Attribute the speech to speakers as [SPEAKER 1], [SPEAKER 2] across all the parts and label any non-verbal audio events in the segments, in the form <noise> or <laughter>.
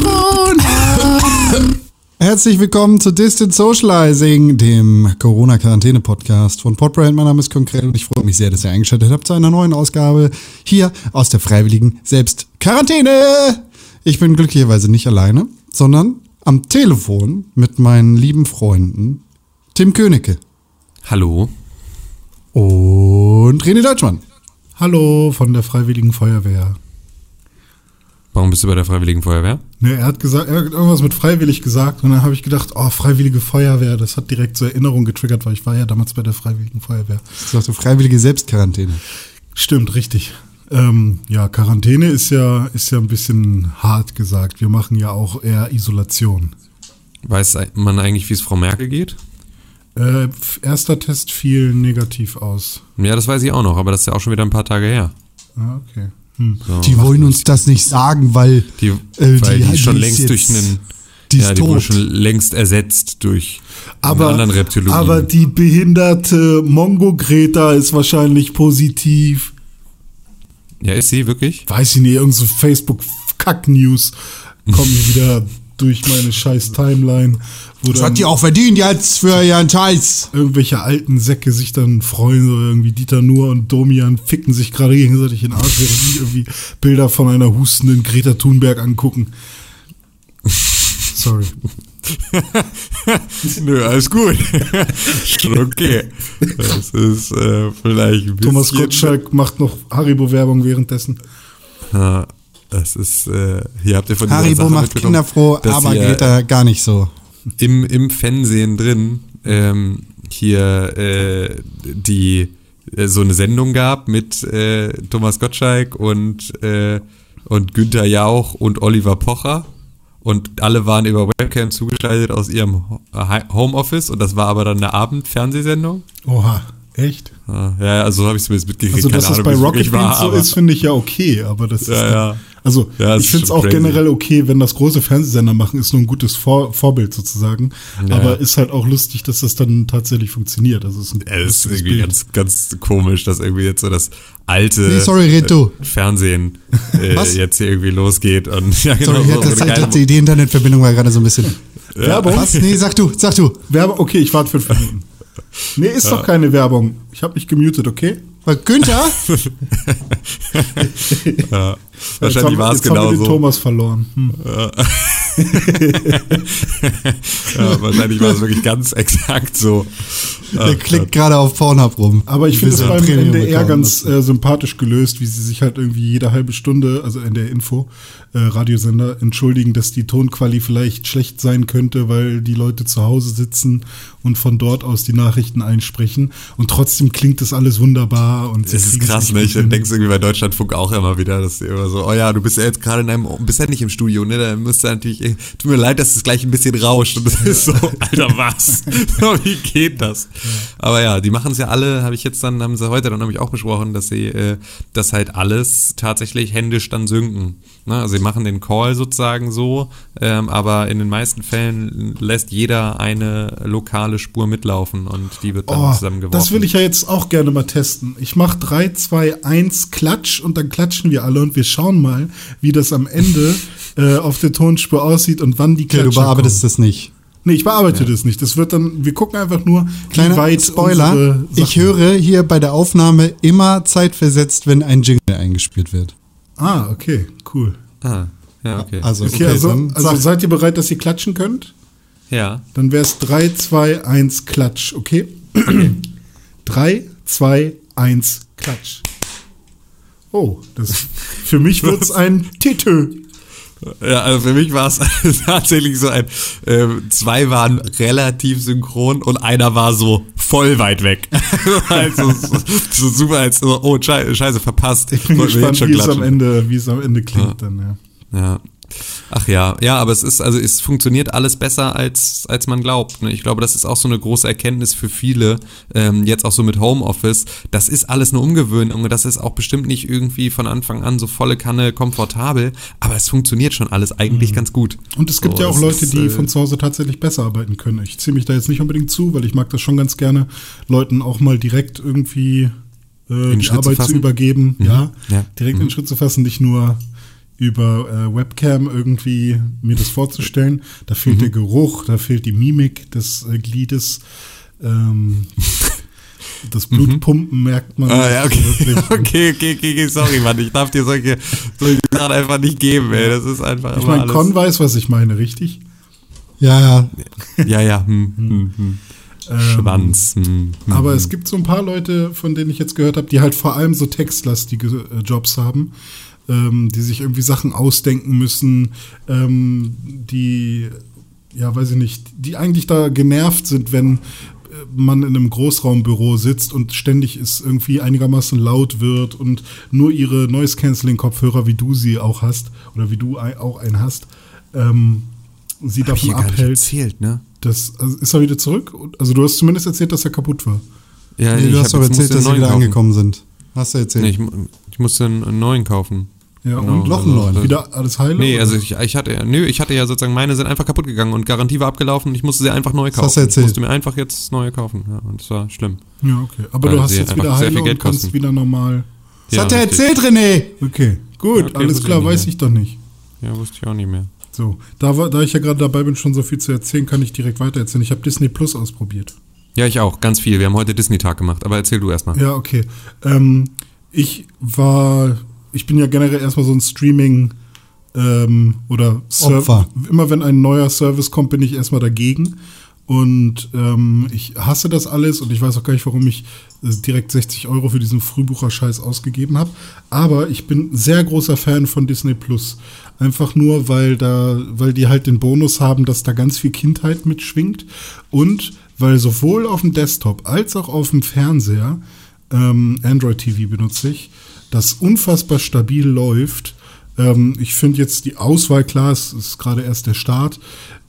[SPEAKER 1] Corona. Herzlich willkommen zu Distant Socializing, dem Corona-Quarantäne-Podcast von Podbrand. Mein Name ist Konkret und ich freue mich sehr, dass ihr eingeschaltet habt zu einer neuen Ausgabe hier aus der Freiwilligen Selbstquarantäne. Ich bin glücklicherweise nicht alleine, sondern am Telefon mit meinen lieben Freunden Tim Königke
[SPEAKER 2] Hallo.
[SPEAKER 1] und René Deutschmann.
[SPEAKER 3] Hallo von der Freiwilligen Feuerwehr.
[SPEAKER 2] Warum bist du bei der Freiwilligen Feuerwehr?
[SPEAKER 3] Ne, er hat gesagt, er hat irgendwas mit freiwillig gesagt und dann habe ich gedacht, oh, Freiwillige Feuerwehr, das hat direkt zur Erinnerung getriggert, weil ich war ja damals bei der Freiwilligen Feuerwehr.
[SPEAKER 1] Das ist doch die freiwillige Selbstquarantäne.
[SPEAKER 3] Stimmt, richtig. Ähm, ja, Quarantäne ist ja, ist ja ein bisschen hart gesagt. Wir machen ja auch eher Isolation.
[SPEAKER 2] Weiß man eigentlich, wie es Frau Merkel geht?
[SPEAKER 3] Äh, f- erster Test fiel negativ aus.
[SPEAKER 2] Ja, das weiß ich auch noch, aber das ist ja auch schon wieder ein paar Tage her.
[SPEAKER 3] Ah, okay. Hm.
[SPEAKER 1] Die wollen uns das nicht sagen, weil
[SPEAKER 2] Die,
[SPEAKER 1] äh,
[SPEAKER 2] weil die, schon
[SPEAKER 1] ist
[SPEAKER 2] längst
[SPEAKER 1] jetzt-
[SPEAKER 2] durch einen.
[SPEAKER 1] die ist
[SPEAKER 2] ja, die wurde
[SPEAKER 1] tot.
[SPEAKER 2] schon längst ersetzt durch
[SPEAKER 3] Aber,
[SPEAKER 2] einen anderen Reptilogien.
[SPEAKER 3] aber die behinderte Mongo-Greta ist wahrscheinlich positiv.
[SPEAKER 2] ja, ist sie
[SPEAKER 3] <laughs>
[SPEAKER 2] wirklich?
[SPEAKER 3] weiß ich nicht, irgend so Facebook-Kack-News
[SPEAKER 1] <laughs>
[SPEAKER 3] kommen wieder durch meine scheiß Timeline, wo
[SPEAKER 1] Das
[SPEAKER 3] dann
[SPEAKER 1] hat die auch verdient jetzt für ihren Scheiß.
[SPEAKER 3] irgendwelche alten Säcke sich dann freuen, so irgendwie Dieter Nuhr und Domian ficken sich gerade gegenseitig in den Arsch, während die irgendwie Bilder von einer hustenden Greta Thunberg angucken.
[SPEAKER 1] <laughs>
[SPEAKER 3] Sorry.
[SPEAKER 2] Nö, alles gut. <laughs> schon okay. Das ist äh, vielleicht ein
[SPEAKER 3] Thomas Gottschalk macht noch Haribo-Werbung währenddessen.
[SPEAKER 2] Ja, Das ist, äh, hier habt ihr von dieser
[SPEAKER 1] Haribo
[SPEAKER 2] Sache
[SPEAKER 1] macht
[SPEAKER 2] mitbekommen,
[SPEAKER 1] kinderfroh,
[SPEAKER 2] dass
[SPEAKER 1] aber
[SPEAKER 2] ihr,
[SPEAKER 1] Greta gar nicht so.
[SPEAKER 2] im, im Fernsehen drin ähm, hier äh, die äh, so eine Sendung gab mit äh, Thomas Gottschalk und, äh, und Günther Jauch und Oliver Pocher. Und alle waren über Webcam zugeschaltet aus ihrem Ho- Hi- Homeoffice und das war aber dann eine Abendfernsehsendung.
[SPEAKER 3] Oha, echt?
[SPEAKER 2] Ah, Ja, also so habe ich es mir jetzt mitgekriegt.
[SPEAKER 3] Also, dass
[SPEAKER 2] Keine Ahnung,
[SPEAKER 3] das bei
[SPEAKER 2] wie es
[SPEAKER 3] Rocket
[SPEAKER 2] wirklich war,
[SPEAKER 3] Beans so
[SPEAKER 2] aber-
[SPEAKER 3] ist, finde ich ja okay, aber das ist.
[SPEAKER 2] Ja, ja.
[SPEAKER 3] Also,
[SPEAKER 2] Ja, das
[SPEAKER 3] ich
[SPEAKER 2] ist
[SPEAKER 3] finde es
[SPEAKER 2] schon
[SPEAKER 3] auch
[SPEAKER 2] crazy.
[SPEAKER 3] generell okay, wenn das große Fernsehsender machen, ist nur ein gutes Vor Vorbild sozusagen.
[SPEAKER 2] Ja,
[SPEAKER 3] aber
[SPEAKER 2] ja.
[SPEAKER 3] ist halt auch lustig, dass das dann tatsächlich funktioniert. Also, es ist ein
[SPEAKER 2] Ja, das ist
[SPEAKER 3] lustiges
[SPEAKER 2] irgendwie ganz, ganz komisch, dass irgendwie jetzt so das alte
[SPEAKER 1] Nee, sorry, red du.
[SPEAKER 2] äh, Fernsehen äh,
[SPEAKER 1] Was?
[SPEAKER 2] jetzt hier irgendwie losgeht. Und, <laughs> ja, genau,
[SPEAKER 1] Sorry, ich
[SPEAKER 2] so
[SPEAKER 1] hatte
[SPEAKER 2] eine
[SPEAKER 1] das,
[SPEAKER 2] geile-
[SPEAKER 1] hatte die Internetverbindung war gerade so ein
[SPEAKER 2] <laughs>
[SPEAKER 1] bisschen.
[SPEAKER 3] Werbung?
[SPEAKER 1] Was? Nee, sag du, sag du.
[SPEAKER 3] Werbung? Okay, ich warte fünf Minuten. Nee, ist doch keine Werbung. Ich habe mich gemutet, okay?
[SPEAKER 1] Weil
[SPEAKER 2] <laughs>
[SPEAKER 1] Günther?
[SPEAKER 2] ja,
[SPEAKER 3] Jetzt
[SPEAKER 2] wahrscheinlich
[SPEAKER 3] haben-
[SPEAKER 2] war es
[SPEAKER 3] jetzt haben wir den
[SPEAKER 2] genauso.
[SPEAKER 3] Thomas verloren. Hm.
[SPEAKER 2] <laughs> Ja, wahrscheinlich war es wirklich ganz exakt so.
[SPEAKER 1] Der klickt gerade auf Pornhub rum.
[SPEAKER 3] Aber ich finde es
[SPEAKER 1] Bis er
[SPEAKER 3] beim
[SPEAKER 1] Premium
[SPEAKER 3] NDR
[SPEAKER 1] bekommen
[SPEAKER 3] ganz
[SPEAKER 1] hat.
[SPEAKER 3] äh, sympathisch gelöst, wie sie sich halt irgendwie jede halbe Stunde, also in der Info, äh, Radiosender, entschuldigen, dass die Tonquali vielleicht schlecht sein könnte, weil die Leute zu Hause sitzen und von dort aus die Nachrichten einsprechen. Und trotzdem klingt das alles wunderbar. Und sie
[SPEAKER 2] Es ist
[SPEAKER 3] kriegen's
[SPEAKER 2] krass,
[SPEAKER 3] nicht
[SPEAKER 2] ne?
[SPEAKER 3] gut
[SPEAKER 2] Ich
[SPEAKER 3] hin.
[SPEAKER 2] denke irgendwie bei Deutschlandfunk auch immer wieder, dass die immer so, oh ja, du bist ja jetzt gerade in einem, bist ja nicht im Studio, ne? Da müsst ihr natürlich, eh- tut mir leid, dass es gleich ein bisschen rauscht. Und das ist
[SPEAKER 3] <laughs>
[SPEAKER 2] so, Alter, was? <laughs> so, wie geht das? Aber ja, die machen es ja alle, habe ich jetzt dann, haben sie heute dann nämlich auch besprochen, dass sie äh, das halt alles tatsächlich händisch dann sinken. Ne? Also sie machen den Call sozusagen so, ähm, aber in den meisten Fällen lässt jeder eine lokale Spur mitlaufen und die wird dann
[SPEAKER 3] Oh,
[SPEAKER 2] zusammengeworfen.
[SPEAKER 3] Das will ich ja jetzt auch gerne mal testen. Ich mache 3, 2, 1, Klatsch und dann klatschen wir alle und wir schauen mal, wie das am Ende äh, auf der Tonspur aussieht und wann die
[SPEAKER 1] Okay,
[SPEAKER 3] Klatsche
[SPEAKER 1] du bearbeitest das nicht.
[SPEAKER 3] Nee, ich bearbeite das nicht. Das wird dann, wir gucken einfach nur,
[SPEAKER 1] Kleiner
[SPEAKER 3] wie weit
[SPEAKER 1] Spoiler,
[SPEAKER 3] unsere
[SPEAKER 1] ich
[SPEAKER 3] Sachen-
[SPEAKER 1] höre hier bei der Aufnahme immer zeitversetzt, wenn ein Jingle eingespielt wird.
[SPEAKER 3] Ah, okay, cool.
[SPEAKER 2] Ah, ja, okay.
[SPEAKER 1] Also,
[SPEAKER 3] Okay,
[SPEAKER 1] okay,
[SPEAKER 3] also,
[SPEAKER 1] dann
[SPEAKER 3] also
[SPEAKER 1] sag-
[SPEAKER 3] seid ihr bereit, dass ihr klatschen könnt?
[SPEAKER 2] ja.
[SPEAKER 3] Dann wäre es 3, 2, 1, Klatsch, okay? <clears throat> 3, 2, 1, Klatsch. Oh, das, für mich wird <laughs> es ein Titö.
[SPEAKER 2] Ja, also für mich war es <laughs> tatsächlich so ein, ähm, zwei waren relativ synchron und einer war so voll weit weg. <laughs> also so, so super, als so, oh scheiße, scheiße verpasst.
[SPEAKER 3] Ich bin
[SPEAKER 2] Wollten wir
[SPEAKER 3] gespannt,
[SPEAKER 2] jetzt schon
[SPEAKER 3] wie es, am
[SPEAKER 2] klatschen.
[SPEAKER 3] Ende, wie es am Ende klingt dann, ja.
[SPEAKER 2] Ja. Ach ja, ja, aber es ist, also es funktioniert alles besser, als, als man glaubt. Ne? Ich glaube, das ist auch so eine große Erkenntnis für viele, ähm, jetzt auch so mit Homeoffice. Das ist alles eine Umgewöhnung und das ist auch bestimmt nicht irgendwie von Anfang an so volle Kanne komfortabel, aber es funktioniert schon alles eigentlich ganz gut.
[SPEAKER 3] Mhm. Und es gibt
[SPEAKER 2] So,
[SPEAKER 3] ja auch
[SPEAKER 2] das
[SPEAKER 3] Leute,
[SPEAKER 2] ist,
[SPEAKER 3] die
[SPEAKER 2] äh,
[SPEAKER 3] von zu Hause tatsächlich besser arbeiten können. Ich ziehe mich da jetzt nicht unbedingt zu, weil ich mag das schon ganz gerne, Leuten auch mal direkt irgendwie äh,
[SPEAKER 2] Schritt
[SPEAKER 3] die
[SPEAKER 2] zu
[SPEAKER 3] Arbeit zu
[SPEAKER 2] fassen? Mhm.
[SPEAKER 3] übergeben. Ja,
[SPEAKER 2] Ja. Mhm.
[SPEAKER 3] direkt in den Schritt zu fassen, nicht nur über äh, Webcam irgendwie mir das vorzustellen. Da
[SPEAKER 2] Mhm.
[SPEAKER 3] fehlt der Geruch, da fehlt die Mimik des äh, Gliedes.
[SPEAKER 2] <laughs>
[SPEAKER 3] Ähm, das Blutpumpen merkt man.
[SPEAKER 2] Mhm. Ah, ja, okay.
[SPEAKER 3] <laughs> wirklich.
[SPEAKER 2] <laughs> okay, okay, okay, okay, sorry, Mann. Ich darf dir solche, solche Sachen einfach nicht geben, ey. Das ist einfach
[SPEAKER 3] Ich
[SPEAKER 2] immer
[SPEAKER 3] meine, Con weiß, was ich meine, richtig?
[SPEAKER 1] Ja, ja.
[SPEAKER 2] Ja, ja. Hm, hm, hm.
[SPEAKER 3] Ähm,
[SPEAKER 2] Schwanz. Hm, hm.
[SPEAKER 3] Aber es gibt so ein paar Leute, von denen ich jetzt gehört habe, die halt vor allem so textlastige äh, Jobs haben, ähm, die sich irgendwie Sachen ausdenken müssen, ähm, die, ja, weiß ich nicht, die eigentlich da genervt sind, wenn äh, man in einem Großraumbüro sitzt und ständig es irgendwie einigermaßen laut wird und nur ihre Noise-Canceling-Kopfhörer, wie du sie auch hast oder wie du ei- auch einen hast, ähm, sie
[SPEAKER 2] Hab ich
[SPEAKER 3] davon
[SPEAKER 2] hier gar nicht
[SPEAKER 3] abhält.
[SPEAKER 2] erzählt, ne?
[SPEAKER 3] Das, also ist er wieder zurück? Also du hast zumindest erzählt, dass er kaputt war.
[SPEAKER 2] Ja,
[SPEAKER 1] Nee, du
[SPEAKER 2] Äh, ich
[SPEAKER 1] hast
[SPEAKER 2] hab-
[SPEAKER 1] doch erzählt,
[SPEAKER 2] jetzt musste
[SPEAKER 1] dass sie
[SPEAKER 2] einen
[SPEAKER 1] wieder
[SPEAKER 2] neuen kaufen.
[SPEAKER 1] angekommen sind. Hast du erzählt?
[SPEAKER 2] Nee, ich, mu- ich musste einen einen neuen kaufen.
[SPEAKER 3] Ja,
[SPEAKER 2] Genau,
[SPEAKER 3] und noch einen
[SPEAKER 2] also-
[SPEAKER 3] neuen. Wieder alles heile?
[SPEAKER 2] Nee,
[SPEAKER 3] oder?
[SPEAKER 2] also ich, ich hatte ja, nö, ich hatte ja sozusagen meine sind einfach kaputt gegangen und Garantie war abgelaufen und ich musste sie einfach neu kaufen.
[SPEAKER 1] hast du erzählt.
[SPEAKER 2] Ich musste mir einfach jetzt neue kaufen. Ja, und es war schlimm.
[SPEAKER 3] Ja, okay. Aber
[SPEAKER 2] Weil
[SPEAKER 3] du hast
[SPEAKER 2] Also sie
[SPEAKER 3] jetzt
[SPEAKER 2] einfach
[SPEAKER 3] wieder
[SPEAKER 2] sehr
[SPEAKER 3] heile
[SPEAKER 2] viel Geld
[SPEAKER 3] und kannst
[SPEAKER 2] kosten.
[SPEAKER 3] wieder normal.
[SPEAKER 1] das
[SPEAKER 2] ja,
[SPEAKER 1] hat er
[SPEAKER 2] richtig.
[SPEAKER 1] erzählt, René.
[SPEAKER 3] Okay, gut,
[SPEAKER 2] Ja, okay,
[SPEAKER 3] alles
[SPEAKER 2] wusste
[SPEAKER 3] klar,
[SPEAKER 2] ich nicht,
[SPEAKER 3] weiß
[SPEAKER 2] ja.
[SPEAKER 3] ich doch nicht.
[SPEAKER 2] Ja, wusste ich auch nicht mehr.
[SPEAKER 3] So, da, war, da ich ja gerade dabei bin, schon so viel zu erzählen, kann ich direkt weiter erzählen. Ich habe Disney Plus ausprobiert.
[SPEAKER 2] Ja, ich auch, ganz viel. Wir haben heute Disney-Tag gemacht, aber erzähl du erstmal.
[SPEAKER 3] Ja, okay. Ähm, ich war, ich bin ja generell erstmal so ein Streaming- ähm, oder Ser-
[SPEAKER 1] Opfer.
[SPEAKER 3] immer wenn ein neuer Service kommt, bin ich erstmal dagegen. Und ähm, ich hasse das alles und ich weiß auch gar nicht, warum ich äh, direkt 60 Euro für diesen Frühbucher-Scheiß ausgegeben habe. Aber ich bin sehr großer Fan von Disney Plus. Einfach nur, weil da, weil die halt den Bonus haben, dass da ganz viel Kindheit mitschwingt. Und weil sowohl auf dem Desktop als auch auf dem Fernseher, ähm, Android TV benutze ich, das unfassbar stabil läuft. Ähm, ich finde jetzt die Auswahl klar, es ist gerade erst der Start.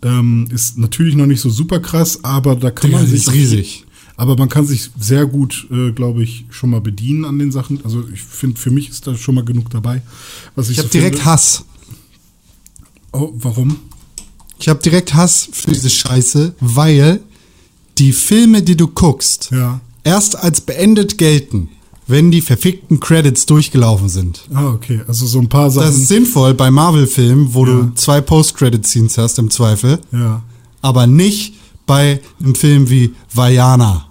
[SPEAKER 3] Ähm, ist natürlich noch nicht so super krass, aber da kann
[SPEAKER 1] Digga,
[SPEAKER 3] man
[SPEAKER 1] die
[SPEAKER 3] sich.
[SPEAKER 1] ist riesig.
[SPEAKER 3] Aber man kann sich sehr gut, äh, glaube ich, schon mal bedienen an den Sachen. Also ich finde, für mich ist da schon mal genug dabei. Was ich
[SPEAKER 1] Ich habe
[SPEAKER 3] so
[SPEAKER 1] direkt
[SPEAKER 3] finde.
[SPEAKER 1] Hass.
[SPEAKER 3] Oh, warum?
[SPEAKER 1] Ich habe direkt Hass für diese Scheiße, weil die Filme, die du guckst,
[SPEAKER 3] Ja.
[SPEAKER 1] erst als beendet gelten, wenn die verfickten Credits durchgelaufen sind.
[SPEAKER 3] Ah, okay. Also so ein paar Sachen.
[SPEAKER 1] Das ist sinnvoll bei Marvel-Filmen, wo
[SPEAKER 3] Ja.
[SPEAKER 1] du zwei Post-Credit-Scenes hast im Zweifel,
[SPEAKER 3] ja,
[SPEAKER 1] aber nicht bei einem Film wie Vajana.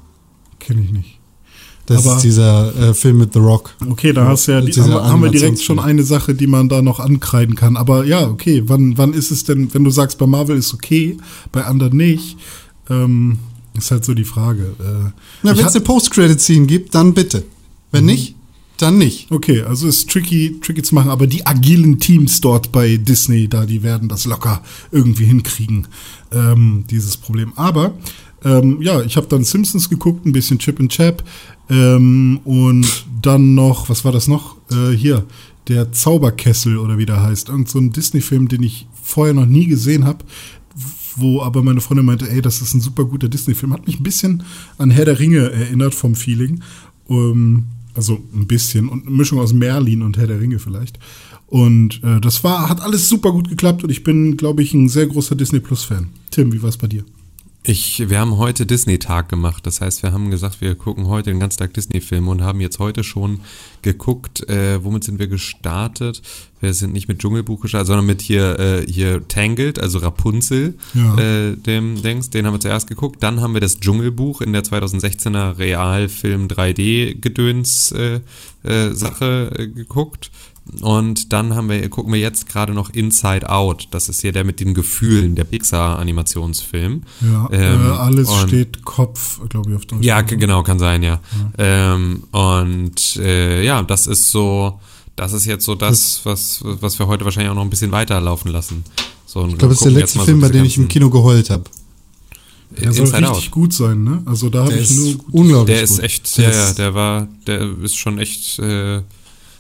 [SPEAKER 3] kenne ich nicht.
[SPEAKER 1] Das
[SPEAKER 3] Aber-
[SPEAKER 1] ist dieser äh, Film mit The Rock.
[SPEAKER 3] Okay, da hast du ja die,
[SPEAKER 1] Diese
[SPEAKER 3] haben, wir- haben wir direkt
[SPEAKER 1] Animationsfilme.
[SPEAKER 3] schon eine Sache, die man da noch ankreiden kann. Aber ja, okay, wann, wann ist es denn, wenn du sagst, bei Marvel ist okay, bei anderen nicht, ähm, ist halt so die Frage. Äh,
[SPEAKER 1] Na,
[SPEAKER 3] ich
[SPEAKER 1] wenn
[SPEAKER 3] ha-
[SPEAKER 1] es eine Post-Credit-Scene gibt, dann bitte. Wenn nicht, dann nicht.
[SPEAKER 3] okay, also ist tricky, tricky zu machen, aber die agilen Teams dort bei Disney, da, die werden das locker irgendwie hinkriegen, ähm, dieses Problem. Aber ähm, ja, ich habe dann Simpsons geguckt, ein bisschen Chip and Chap ähm, und dann noch, was war das noch? Äh, hier, der Zauberkessel oder wie der heißt. Irgend so ein Disney-Film, den ich vorher noch nie gesehen habe, wo aber meine Freundin meinte, ey, das ist ein super guter Disney-Film. Hat mich ein bisschen an Herr der Ringe erinnert vom Feeling. Ähm, also ein bisschen. Und eine Mischung aus Merlin und Herr der Ringe vielleicht. Und äh, das war, hat alles super gut geklappt und ich bin, glaube ich, ein sehr großer Disney Plus-Fan. Tim, wie war es bei dir?
[SPEAKER 2] Ich, wir haben heute Disney-Tag gemacht. Das heißt, wir haben gesagt, wir gucken heute den ganzen Tag Disney-Filme und haben jetzt heute schon geguckt, äh, womit sind wir gestartet. Wir sind nicht mit Dschungelbuch gestartet, sondern mit hier, äh, hier Tangled, also Rapunzel,
[SPEAKER 3] Ja.
[SPEAKER 2] äh, dem Dings. Den haben wir zuerst geguckt. Dann haben wir das Dschungelbuch in der 2016er Realfilm 3D-Gedöns-Sache äh, äh, Sache, äh, geguckt. Und dann haben wir, gucken wir jetzt gerade noch Inside Out. Das ist hier der mit den Gefühlen, der Pixar-Animationsfilm.
[SPEAKER 3] Ja,
[SPEAKER 2] Ähm,
[SPEAKER 3] äh, alles
[SPEAKER 2] und-
[SPEAKER 3] steht Kopf, glaube ich, auf Deutsch.
[SPEAKER 2] Ja, g- genau, kann sein, ja. Ähm, und äh, ja, das ist so, das ist jetzt so das, was, was wir heute wahrscheinlich auch noch ein bisschen weiterlaufen lassen. So,
[SPEAKER 1] Ich glaube, das ist der letzte Film, bei dem ich im Kino geheult habe.
[SPEAKER 3] der soll richtig gut sein, ne? Also da habe
[SPEAKER 1] Der
[SPEAKER 3] ich
[SPEAKER 1] ist
[SPEAKER 3] nur.
[SPEAKER 1] unglaublich
[SPEAKER 2] Der ist
[SPEAKER 1] gut.
[SPEAKER 2] echt,
[SPEAKER 1] Der
[SPEAKER 2] ja,
[SPEAKER 1] ist-
[SPEAKER 2] ja, der war, der ist schon echt, äh,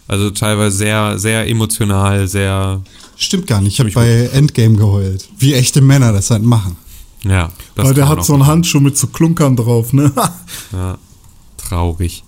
[SPEAKER 2] also teilweise sehr, sehr emotional, sehr,
[SPEAKER 1] Stimmt gar nicht. Ich habe
[SPEAKER 2] Ziemlich
[SPEAKER 1] bei Endgame geheult. Wie echte Männer das halt machen.
[SPEAKER 2] ja. das
[SPEAKER 3] Weil der
[SPEAKER 2] kann man
[SPEAKER 3] hat
[SPEAKER 2] auch
[SPEAKER 3] so einen <laughs> Handschuh mit so Klunkern drauf, ne?
[SPEAKER 2] Ja, traurig.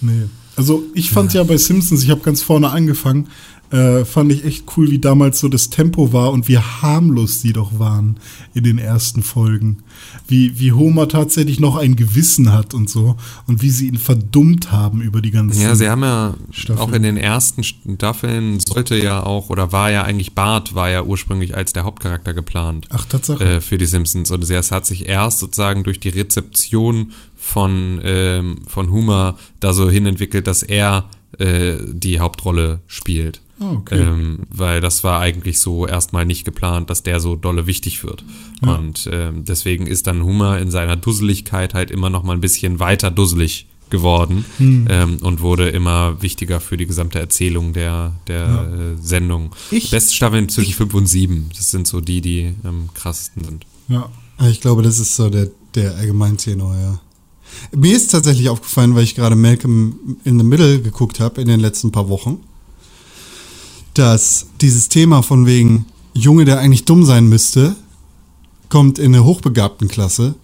[SPEAKER 3] nee. Also ich fand ja, ja bei Simpsons, ich habe ganz vorne angefangen, äh, fand ich echt cool, wie damals so das Tempo war und wie harmlos sie doch waren in den ersten Folgen. Wie, wie Homer tatsächlich noch ein Gewissen hat und so und wie sie ihn verdummt haben über die ganze
[SPEAKER 2] Ja, sie haben ja
[SPEAKER 3] Staffel.
[SPEAKER 2] auch in den ersten Staffeln sollte ja auch oder war ja eigentlich Bart war ja ursprünglich als der Hauptcharakter geplant.
[SPEAKER 3] Ach, Tatsache.
[SPEAKER 2] Äh, für die Simpsons und es hat sich erst sozusagen durch die Rezeption von ähm, von Homer da so hinentwickelt, dass er äh, die Hauptrolle spielt.
[SPEAKER 3] Ah, okay.
[SPEAKER 2] Ähm, weil das war eigentlich so erstmal nicht geplant, dass der so dolle wichtig wird. Und ähm, deswegen ist dann Hummer in seiner Dusseligkeit halt immer noch mal ein bisschen weiter dusselig geworden
[SPEAKER 3] Hm.
[SPEAKER 2] ähm, und wurde immer wichtiger für die gesamte Erzählung der, der äh, Sendung.
[SPEAKER 3] Ich-
[SPEAKER 2] Beste Staffeln zwischen 5 und 7. Das sind so die, die am krassesten sind.
[SPEAKER 3] ja.
[SPEAKER 1] Ah, Ich glaube, das ist so der, der Allgemeintenor, ja. Mir ist tatsächlich aufgefallen, weil ich gerade Malcolm in the Middle geguckt habe in den letzten paar Wochen, dass dieses Thema von wegen Junge, der eigentlich dumm sein müsste, kommt in eine hochbegabten Klasse,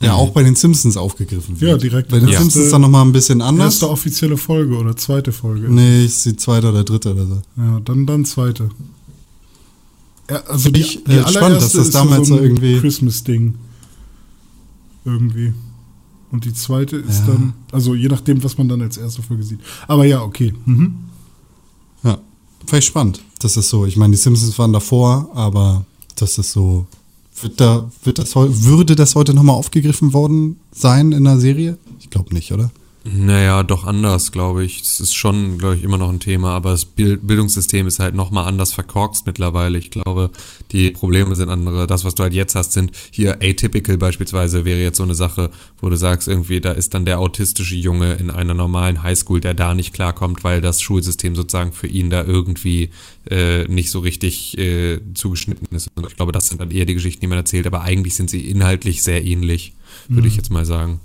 [SPEAKER 1] ja
[SPEAKER 2] Mhm.
[SPEAKER 1] auch bei den Simpsons aufgegriffen wird.
[SPEAKER 3] Ja, direkt.
[SPEAKER 1] Bei den
[SPEAKER 2] Ja.
[SPEAKER 1] Simpsons dann nochmal ein bisschen anders.
[SPEAKER 3] Erste offizielle Folge oder zweite Folge.
[SPEAKER 1] Nee, ist die zweite oder dritte oder so.
[SPEAKER 3] Ja, dann, dann zweite. Ja, also
[SPEAKER 1] Finde
[SPEAKER 3] die,
[SPEAKER 1] ich,
[SPEAKER 3] die
[SPEAKER 1] äh, spannend,
[SPEAKER 3] allererste
[SPEAKER 1] dass das
[SPEAKER 3] ist
[SPEAKER 1] damals
[SPEAKER 3] so
[SPEAKER 1] so
[SPEAKER 3] ein
[SPEAKER 1] irgendwie-
[SPEAKER 3] Christmas-Ding. Irgendwie. Und die zweite ist
[SPEAKER 1] Ja.
[SPEAKER 3] dann, also je nachdem, was man dann als erste Folge sieht. Aber ja, okay. Mhm.
[SPEAKER 1] Ja, vielleicht spannend. Das ist so. Ich meine, die Simpsons waren davor, aber das ist so. Wird da, wird das, heu- würde das heute nochmal aufgegriffen worden sein in der Serie? Ich glaube nicht, oder?
[SPEAKER 2] Naja, doch anders, glaube ich. Es ist schon, glaube ich, immer noch ein Thema, aber das Bild Bildungssystem ist halt nochmal anders verkorkst mittlerweile. Ich glaube, die Probleme sind andere. Das, was du halt jetzt hast, sind hier atypical beispielsweise wäre jetzt so eine Sache, wo du sagst, irgendwie, da ist dann der autistische Junge in einer normalen Highschool, der da nicht klarkommt, weil das Schulsystem sozusagen für ihn da irgendwie äh, nicht so richtig äh, zugeschnitten ist. Und ich glaube, das sind dann eher die Geschichten, die man erzählt, aber eigentlich sind sie inhaltlich sehr ähnlich, würde ich jetzt mal sagen.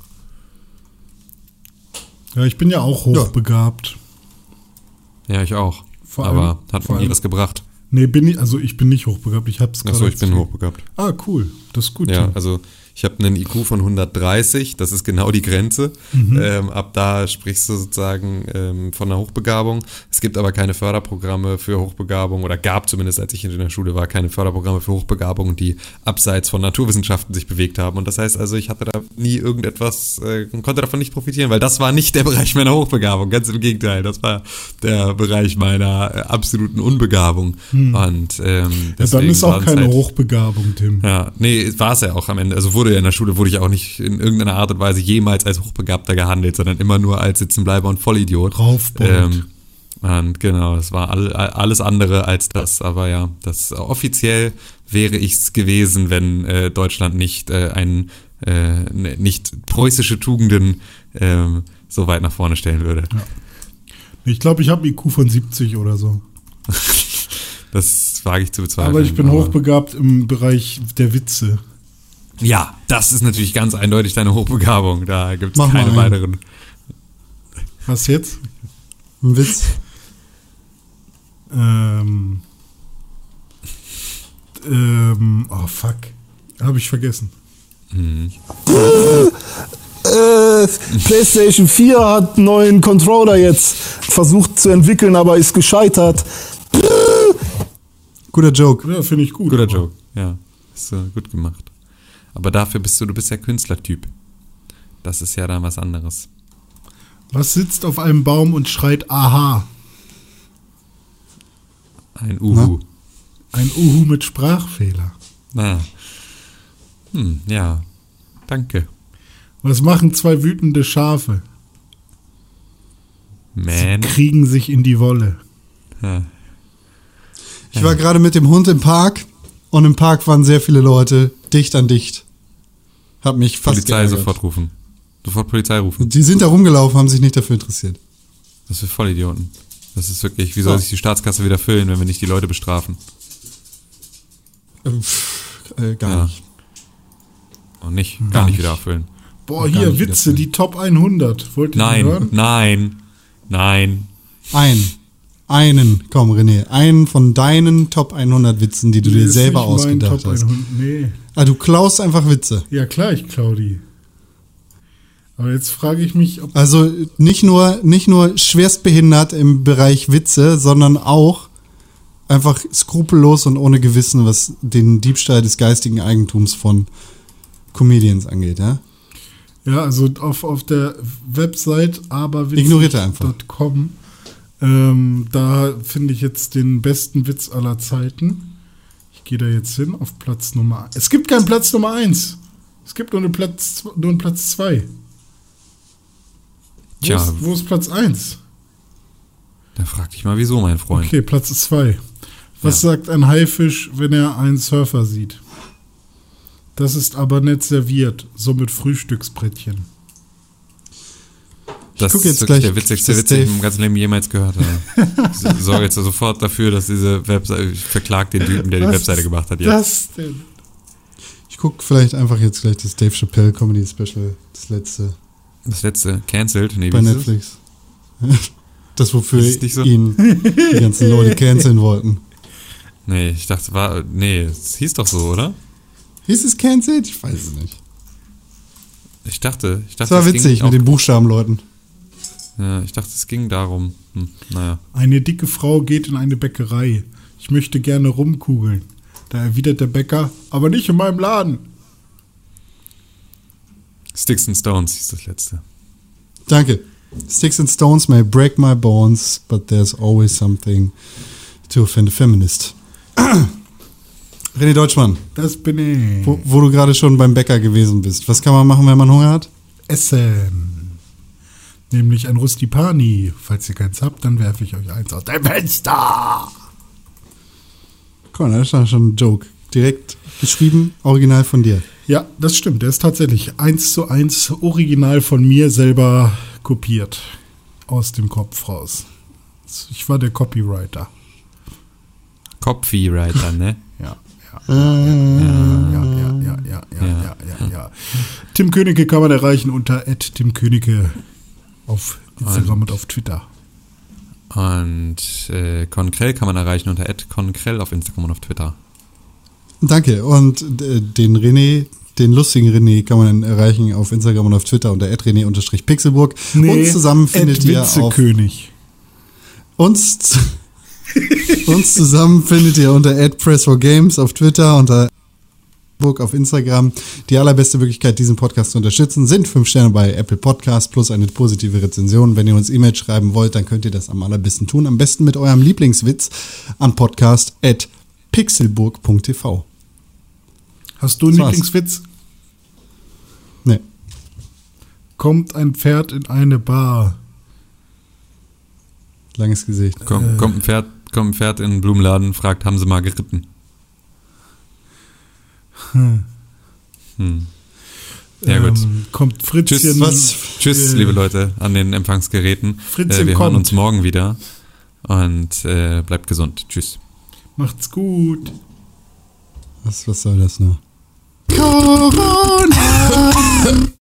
[SPEAKER 3] Ja, ich bin ja auch hochbegabt.
[SPEAKER 2] Ja, ich auch.
[SPEAKER 3] Vor
[SPEAKER 2] aber
[SPEAKER 3] allem-
[SPEAKER 2] hat
[SPEAKER 3] vor
[SPEAKER 2] mir
[SPEAKER 3] allem-
[SPEAKER 2] das gebracht.
[SPEAKER 3] Nee, bin ich, also ich bin nicht hochbegabt, ich hab's
[SPEAKER 2] Achso, ich bin
[SPEAKER 3] erzählt.
[SPEAKER 2] hochbegabt.
[SPEAKER 3] Ah, cool. Das ist gut.
[SPEAKER 2] Ja, also ich habe einen IQ von 130, das ist genau die Grenze.
[SPEAKER 3] Mhm.
[SPEAKER 2] Ähm, ab da sprichst du sozusagen ähm, von einer Hochbegabung. Es gibt aber keine Förderprogramme für Hochbegabung oder gab zumindest, als ich in der Schule war, keine Förderprogramme für Hochbegabung, die abseits von Naturwissenschaften sich bewegt haben. Und das heißt also, ich hatte da nie irgendetwas, äh, konnte davon nicht profitieren, weil das war nicht der Bereich meiner Hochbegabung. Ganz im Gegenteil, das war der Bereich meiner äh, absoluten Unbegabung. Und ähm,
[SPEAKER 3] Hm. ja, dann
[SPEAKER 2] deswegen
[SPEAKER 3] ist
[SPEAKER 2] war
[SPEAKER 3] auch
[SPEAKER 2] das
[SPEAKER 3] keine
[SPEAKER 2] halt-
[SPEAKER 3] Hochbegabung, Tim.
[SPEAKER 2] ja, nee, war es ja auch am Ende. Also wurde ja in der Schule, wurde ich auch nicht in irgendeiner Art und Weise jemals als Hochbegabter gehandelt, sondern immer nur als Sitzenbleiber und Vollidiot. Ähm,
[SPEAKER 3] Raufbold.
[SPEAKER 2] und genau, das war all, all- alles andere als das. Aber ja, das offiziell wäre ich's gewesen, wenn äh, Deutschland nicht äh, ein äh, ne- nicht preußische Tugenden ähm, so weit nach vorne stellen würde.
[SPEAKER 3] Ich glaube, ich habe IQ von 70 oder so.
[SPEAKER 2] <laughs> Das wage ich zu bezweifeln.
[SPEAKER 3] Aber ich bin hochbegabt im Bereich der Witze.
[SPEAKER 2] Ja, das ist natürlich ganz eindeutig deine Hochbegabung. Da gibt's
[SPEAKER 1] Mach mal
[SPEAKER 2] keine
[SPEAKER 1] einen.
[SPEAKER 2] weiteren.
[SPEAKER 3] Was jetzt?
[SPEAKER 1] Ein Witz.
[SPEAKER 3] Ähm. Ähm. Oh, fuck. Habe ich vergessen.
[SPEAKER 2] Mhm.
[SPEAKER 4] äh, PlayStation 4 hat einen neuen Controller jetzt versucht zu entwickeln, aber ist gescheitert.
[SPEAKER 1] Guter Joke.
[SPEAKER 3] Ja, finde ich gut.
[SPEAKER 2] Guter
[SPEAKER 3] aber-
[SPEAKER 2] Joke, ja. Hast du gut gemacht. Aber dafür bist du, du bist ja Künstlertyp. Das ist ja dann was anderes.
[SPEAKER 3] Was sitzt auf einem Baum und schreit Aha?
[SPEAKER 2] Ein Uhu.
[SPEAKER 3] Ein Uhu mit Sprachfehler.
[SPEAKER 2] Na. Hm, ja. Danke.
[SPEAKER 3] Was machen zwei wütende Schafe?
[SPEAKER 2] Man.
[SPEAKER 3] Kriegen sich in die Wolle.
[SPEAKER 2] Ja.
[SPEAKER 1] Ich war gerade mit dem Hund im Park und im Park waren sehr viele Leute, dicht an dicht. Hab mich fast
[SPEAKER 2] Polizei
[SPEAKER 1] geärgert.
[SPEAKER 2] sofort rufen. Sofort Polizei rufen.
[SPEAKER 1] Die sind da rumgelaufen, haben sich nicht dafür interessiert.
[SPEAKER 2] Das sind Vollidioten. Das ist wirklich, wie soll sich die Staatskasse wieder füllen, wenn wir nicht die Leute bestrafen?
[SPEAKER 1] Ähm, pff, äh, gar
[SPEAKER 2] Ja.
[SPEAKER 1] nicht.
[SPEAKER 2] Und nicht, gar nicht
[SPEAKER 1] nicht.
[SPEAKER 2] wieder erfüllen.
[SPEAKER 3] Boah,
[SPEAKER 1] Gar
[SPEAKER 3] hier,
[SPEAKER 1] nicht
[SPEAKER 3] Witze, die Top 100. Wollt ihr die
[SPEAKER 2] Nein,
[SPEAKER 3] hören?
[SPEAKER 2] nein, nein.
[SPEAKER 1] Ein. Einen, komm René, einen von deinen Top 100 Witzen, die du
[SPEAKER 3] Das
[SPEAKER 1] dir
[SPEAKER 3] ist
[SPEAKER 1] selber
[SPEAKER 3] nicht mein
[SPEAKER 1] ausgedacht
[SPEAKER 3] Top
[SPEAKER 1] hast.
[SPEAKER 3] 100. Nee.
[SPEAKER 1] Ah, du klaust einfach Witze.
[SPEAKER 3] Ja, klar, ich klau die. Aber jetzt frage ich mich, ob
[SPEAKER 1] Also nicht nur, nicht nur schwerstbehindert im Bereich Witze, sondern auch einfach skrupellos und ohne Gewissen, was den Diebstahl des geistigen Eigentums von Comedians angeht, ja?
[SPEAKER 3] Ja, also auf, auf der Website
[SPEAKER 1] Ignoriert er einfach.
[SPEAKER 3] aberwitz.com. Ähm, da finde ich jetzt den besten Witz aller Zeiten. Ich gehe da jetzt hin auf Platz Nummer. Es gibt keinen Platz Nummer 1. Es gibt nur, eine Platz, nur einen Platz 2. Wo,
[SPEAKER 2] Tja.
[SPEAKER 3] ist, wo ist Platz 1?
[SPEAKER 2] Da frag dich mal, wieso, mein Freund.
[SPEAKER 3] Okay, Platz 2. Was sagt ein Haifisch, wenn er einen Surfer sieht? Das ist aber nicht serviert, somit Frühstücksbrettchen.
[SPEAKER 2] Das
[SPEAKER 1] guck
[SPEAKER 2] ist
[SPEAKER 1] jetzt
[SPEAKER 2] wirklich
[SPEAKER 1] gleich,
[SPEAKER 2] der witzigste
[SPEAKER 1] das
[SPEAKER 2] Witz, den ich
[SPEAKER 1] Dave-
[SPEAKER 2] im ganzen Leben jemals
[SPEAKER 1] <laughs>
[SPEAKER 2] gehört habe. Ich sorge jetzt sofort dafür, dass diese Webseite, ich verklag den Typen, der die
[SPEAKER 3] Was
[SPEAKER 2] Webseite gemacht hat.
[SPEAKER 3] ist
[SPEAKER 2] Jetzt.
[SPEAKER 3] Das denn?
[SPEAKER 1] Ich gucke vielleicht einfach jetzt gleich das Dave Chappelle Comedy Special, das letzte
[SPEAKER 2] Das, letzte, cancelled. Nee,
[SPEAKER 1] bei
[SPEAKER 2] wie hieß es?
[SPEAKER 1] Netflix. <laughs> Das, wofür
[SPEAKER 2] Ist es nicht so?
[SPEAKER 1] ihn die ganzen
[SPEAKER 2] <laughs>
[SPEAKER 1] Leute canceln wollten.
[SPEAKER 2] Nee, ich dachte, war, nee, es hieß doch so, oder?
[SPEAKER 1] Hieß es cancelled? Ich weiß es nicht.
[SPEAKER 2] Ich dachte, ich
[SPEAKER 1] Das
[SPEAKER 2] dachte,
[SPEAKER 1] war
[SPEAKER 2] es
[SPEAKER 1] witzig
[SPEAKER 2] ging
[SPEAKER 1] mit
[SPEAKER 2] auch,
[SPEAKER 1] den Buchstabenleuten.
[SPEAKER 2] ja, ich dachte, es ging darum. Hm, naja.
[SPEAKER 3] Eine dicke Frau geht in eine Bäckerei. Ich möchte gerne rumkugeln. Da erwidert der Bäcker, aber nicht in meinem Laden.
[SPEAKER 2] Sticks and Stones hieß das letzte.
[SPEAKER 1] Danke. Sticks and stones may break my bones, but there's always something to offend a feminist. <clears throat> René Deutschmann,
[SPEAKER 3] Das bin ich.
[SPEAKER 1] wo, wo du gerade schon beim Bäcker gewesen bist, was kann man machen, wenn man Hunger hat?
[SPEAKER 3] Essen. Nämlich ein Rustipani. Falls ihr keins habt, dann werfe ich euch eins aus dem Fenster.
[SPEAKER 1] Cool, das ist doch schon ein Joke. Direkt geschrieben, original von dir.
[SPEAKER 3] Ja, das stimmt. Der ist tatsächlich eins zu eins original von mir selber kopiert. Aus dem Kopf raus. Ich war der Copywriter.
[SPEAKER 1] <laughs>
[SPEAKER 2] Copywriter, ne?
[SPEAKER 3] Ja,
[SPEAKER 1] Ah.
[SPEAKER 3] ja. Ja, ja, ja, ja, ja, ja, ja, ja. Tim Königke kann man erreichen unter @timkönigke auf Instagram und auf Twitter.
[SPEAKER 2] Und äh, Conkrell kann man erreichen unter @conkrell auf Instagram und auf Twitter.
[SPEAKER 1] Danke. Und äh, den René, den lustigen René, kann man erreichen auf Instagram und auf Twitter unter @rené_pixelburg. und zusammen findet ihr auf
[SPEAKER 3] Witzekönig.
[SPEAKER 1] Uns, z- <laughs> uns zusammen findet ihr unter @press4games auf Twitter, unter Facebook, auf Instagram. Die allerbeste Möglichkeit, diesen Podcast zu unterstützen, sind 5 Sterne bei Apple Podcast plus eine positive Rezension. Wenn ihr uns E-Mail schreiben wollt, dann könnt ihr das am allerbesten tun. Am besten mit eurem Lieblingswitz an podcast.pixelburg.tv.
[SPEAKER 3] Hast du einen
[SPEAKER 1] Das war's.
[SPEAKER 3] Lieblingswitz?
[SPEAKER 1] Nee.
[SPEAKER 3] Kommt ein Pferd in eine Bar.
[SPEAKER 1] Langes Gesicht.
[SPEAKER 2] Komm, kommt, ein Pferd, kommt ein Pferd in den Blumenladen, fragt, haben sie mal geritten? Hm. Ja, gut.
[SPEAKER 3] Ähm, kommt Fritzchen.
[SPEAKER 2] Tschüss,
[SPEAKER 1] was-
[SPEAKER 2] Tschüss,
[SPEAKER 3] äh,
[SPEAKER 2] liebe Leute an den Empfangsgeräten.
[SPEAKER 3] Fritzchen
[SPEAKER 2] äh, wir hören
[SPEAKER 3] kommt.
[SPEAKER 2] uns morgen wieder und äh, bleibt gesund. Tschüss.
[SPEAKER 3] Macht's gut.
[SPEAKER 1] Was, was soll das nur?
[SPEAKER 2] Corona